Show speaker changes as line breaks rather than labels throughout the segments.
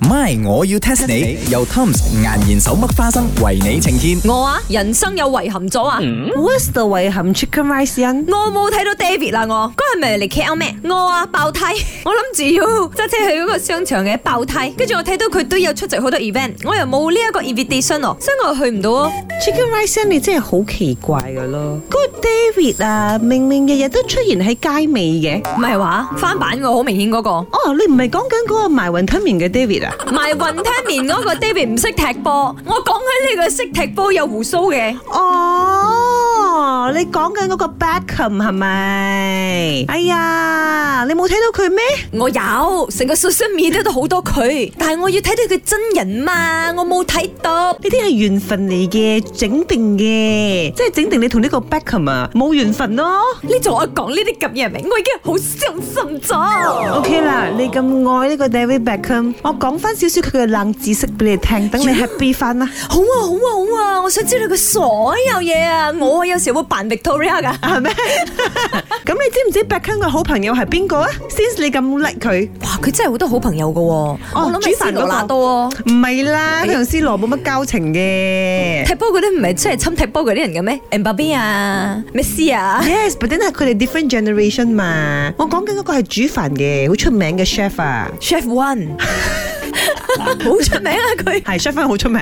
MY，我要 test 你。由 Tom's 岩鹽手剝花生為你呈現。
我啊，人生有遺憾咗啊！
What's the 遺憾 chicken rice 因？
我冇睇到 David 啦，我嗰日咪嚟 KL 咩？我啊爆胎， 我諗住要 揸車去嗰個商場嘅爆胎，跟住我睇到佢都有出席好多 event，我又冇呢一個 invitation 喎，所以我去唔到咯。
Chicken rice 你真係好奇怪噶咯。嗰個 David 啊，明明日日都出現喺街尾嘅。
唔係話翻版我好明顯嗰個
哦，你唔係講緊嗰個賣雲吞麵嘅 David à. 啊？
賣雲吞麵嗰個 David 唔識踢波，我講緊呢個識踢波有胡鬚嘅。
哦，你講緊嗰個 Beckham 係咪？哎呀，你冇睇到佢咩？
我有成個 social media 都好多佢，但係我要睇到佢真人嘛，我冇睇到。
呢啲係緣分嚟嘅，整定嘅，即係整定你同呢個 Beckham à? 啊冇緣分咯。
你仲我講呢啲咁嘢明，我已經好傷心咗。
OK 啦，你咁愛呢個 David Beckham，我講翻少少佢嘅冷知識俾你聽，等你 happy à. 翻啦。
好啊好啊好啊！我想知道佢所有嘢啊！我有時會扮 Victoria 噶，
係 咩？咁你知唔知 Beckham 嘅好朋友係邊個啊？Since 你咁叻佢，
哇！佢真係好多好朋友噶、喎。我諗
煮
係
飯
斯羅
嗰個
拿多啊。
唔係啦，佢同 C 羅冇乜交 情嘅。
踢波嗰啲唔係真係侵踢波嗰啲人嘅咩 m b a b 啊，Messi 啊，
Yes，but then 係佢哋 different generation 嘛。我講緊嗰個係煮飯嘅，好出名嘅 chef à. 啊。
，Chef One，好出名啊佢。
係 chef one 好出名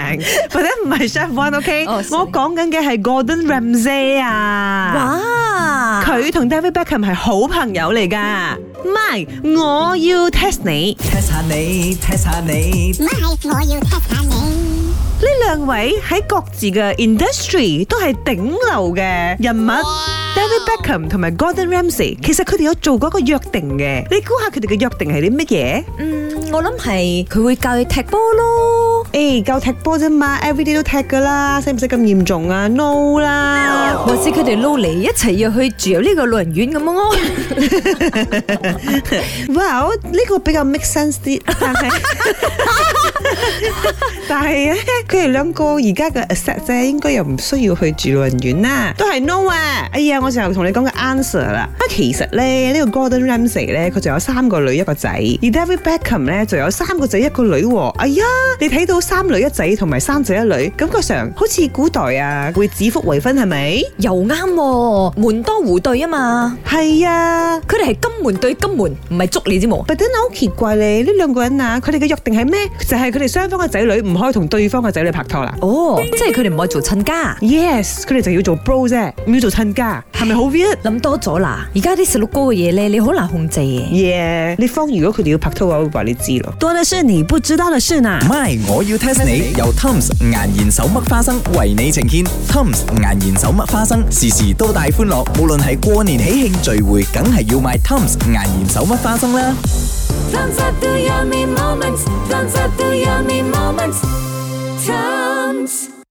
，but then 唔係 chef one，OK？、
哦，sorry
我講緊嘅係 Gordon Ramsay à. 啊。
哇！
佢同 David Beckham 係好朋友嚟噶。My，我要 test 你。
test 下你，test 下你。
My，我要 test 下你。
呢兩位喺各自嘅 industry 都係頂流嘅人物。David Beckham 同埋 Gordon Ramsay，其實佢哋有做過一個約定嘅。你估下佢哋嘅約定係啲乜嘢？
嗯，我諗係佢會教佢踢波咯。
誒，夠踢波啫嘛，everyday 都踢噶啦，使唔使咁嚴重啊？No 啦。
或者佢哋撈嚟一齊要去住呢個老人院咁樣 咯。
哇！我呢個比較 make sense 啲，但係 但係咧，佢哋兩個而家嘅 asset 啫，應該又唔需要去住老人院啦，都係 no 啊！哎呀，我就同你講個 answer 啦。啊，其實咧，呢、個 Gordon Ramsay 咧，佢就有三個女一個仔，而 David Beckham 咧就有三個仔一個女喎。哎呀，你睇到三女一仔同埋三仔一女，感覺上好似古代啊，會指腹為婚係咪？
又啱喎，門當户對啊嘛，
係啊。
佢哋係金門對金門，唔係捉你之毛。
But then 好奇怪咧，呢兩個人啊，佢哋嘅約定係咩？就係佢哋雙方嘅仔女唔可以同對方嘅仔女拍拖啦。
哦，即係佢哋唔可以做親家，
Yes，佢哋就要做 bro 啫，唔要做親家，係咪好 weird？
諗多咗啦。而家啲食六哥嘅嘢咧，你好難控制嘅。
耶！你方如果佢哋要拍拖嘅話，我會話你知咯。
多的是你不知道的事呢。
MY，我要 test 你。由 Tom's 岩鹽手剝花生為你呈現。Tom's 岩鹽手剝花生，時時都帶歡樂。無論係過年喜慶聚會，梗係要買 Tom's 岩鹽手剝花生啦。
Thumbs up the yummy moments. Thumbs up the yummy moments.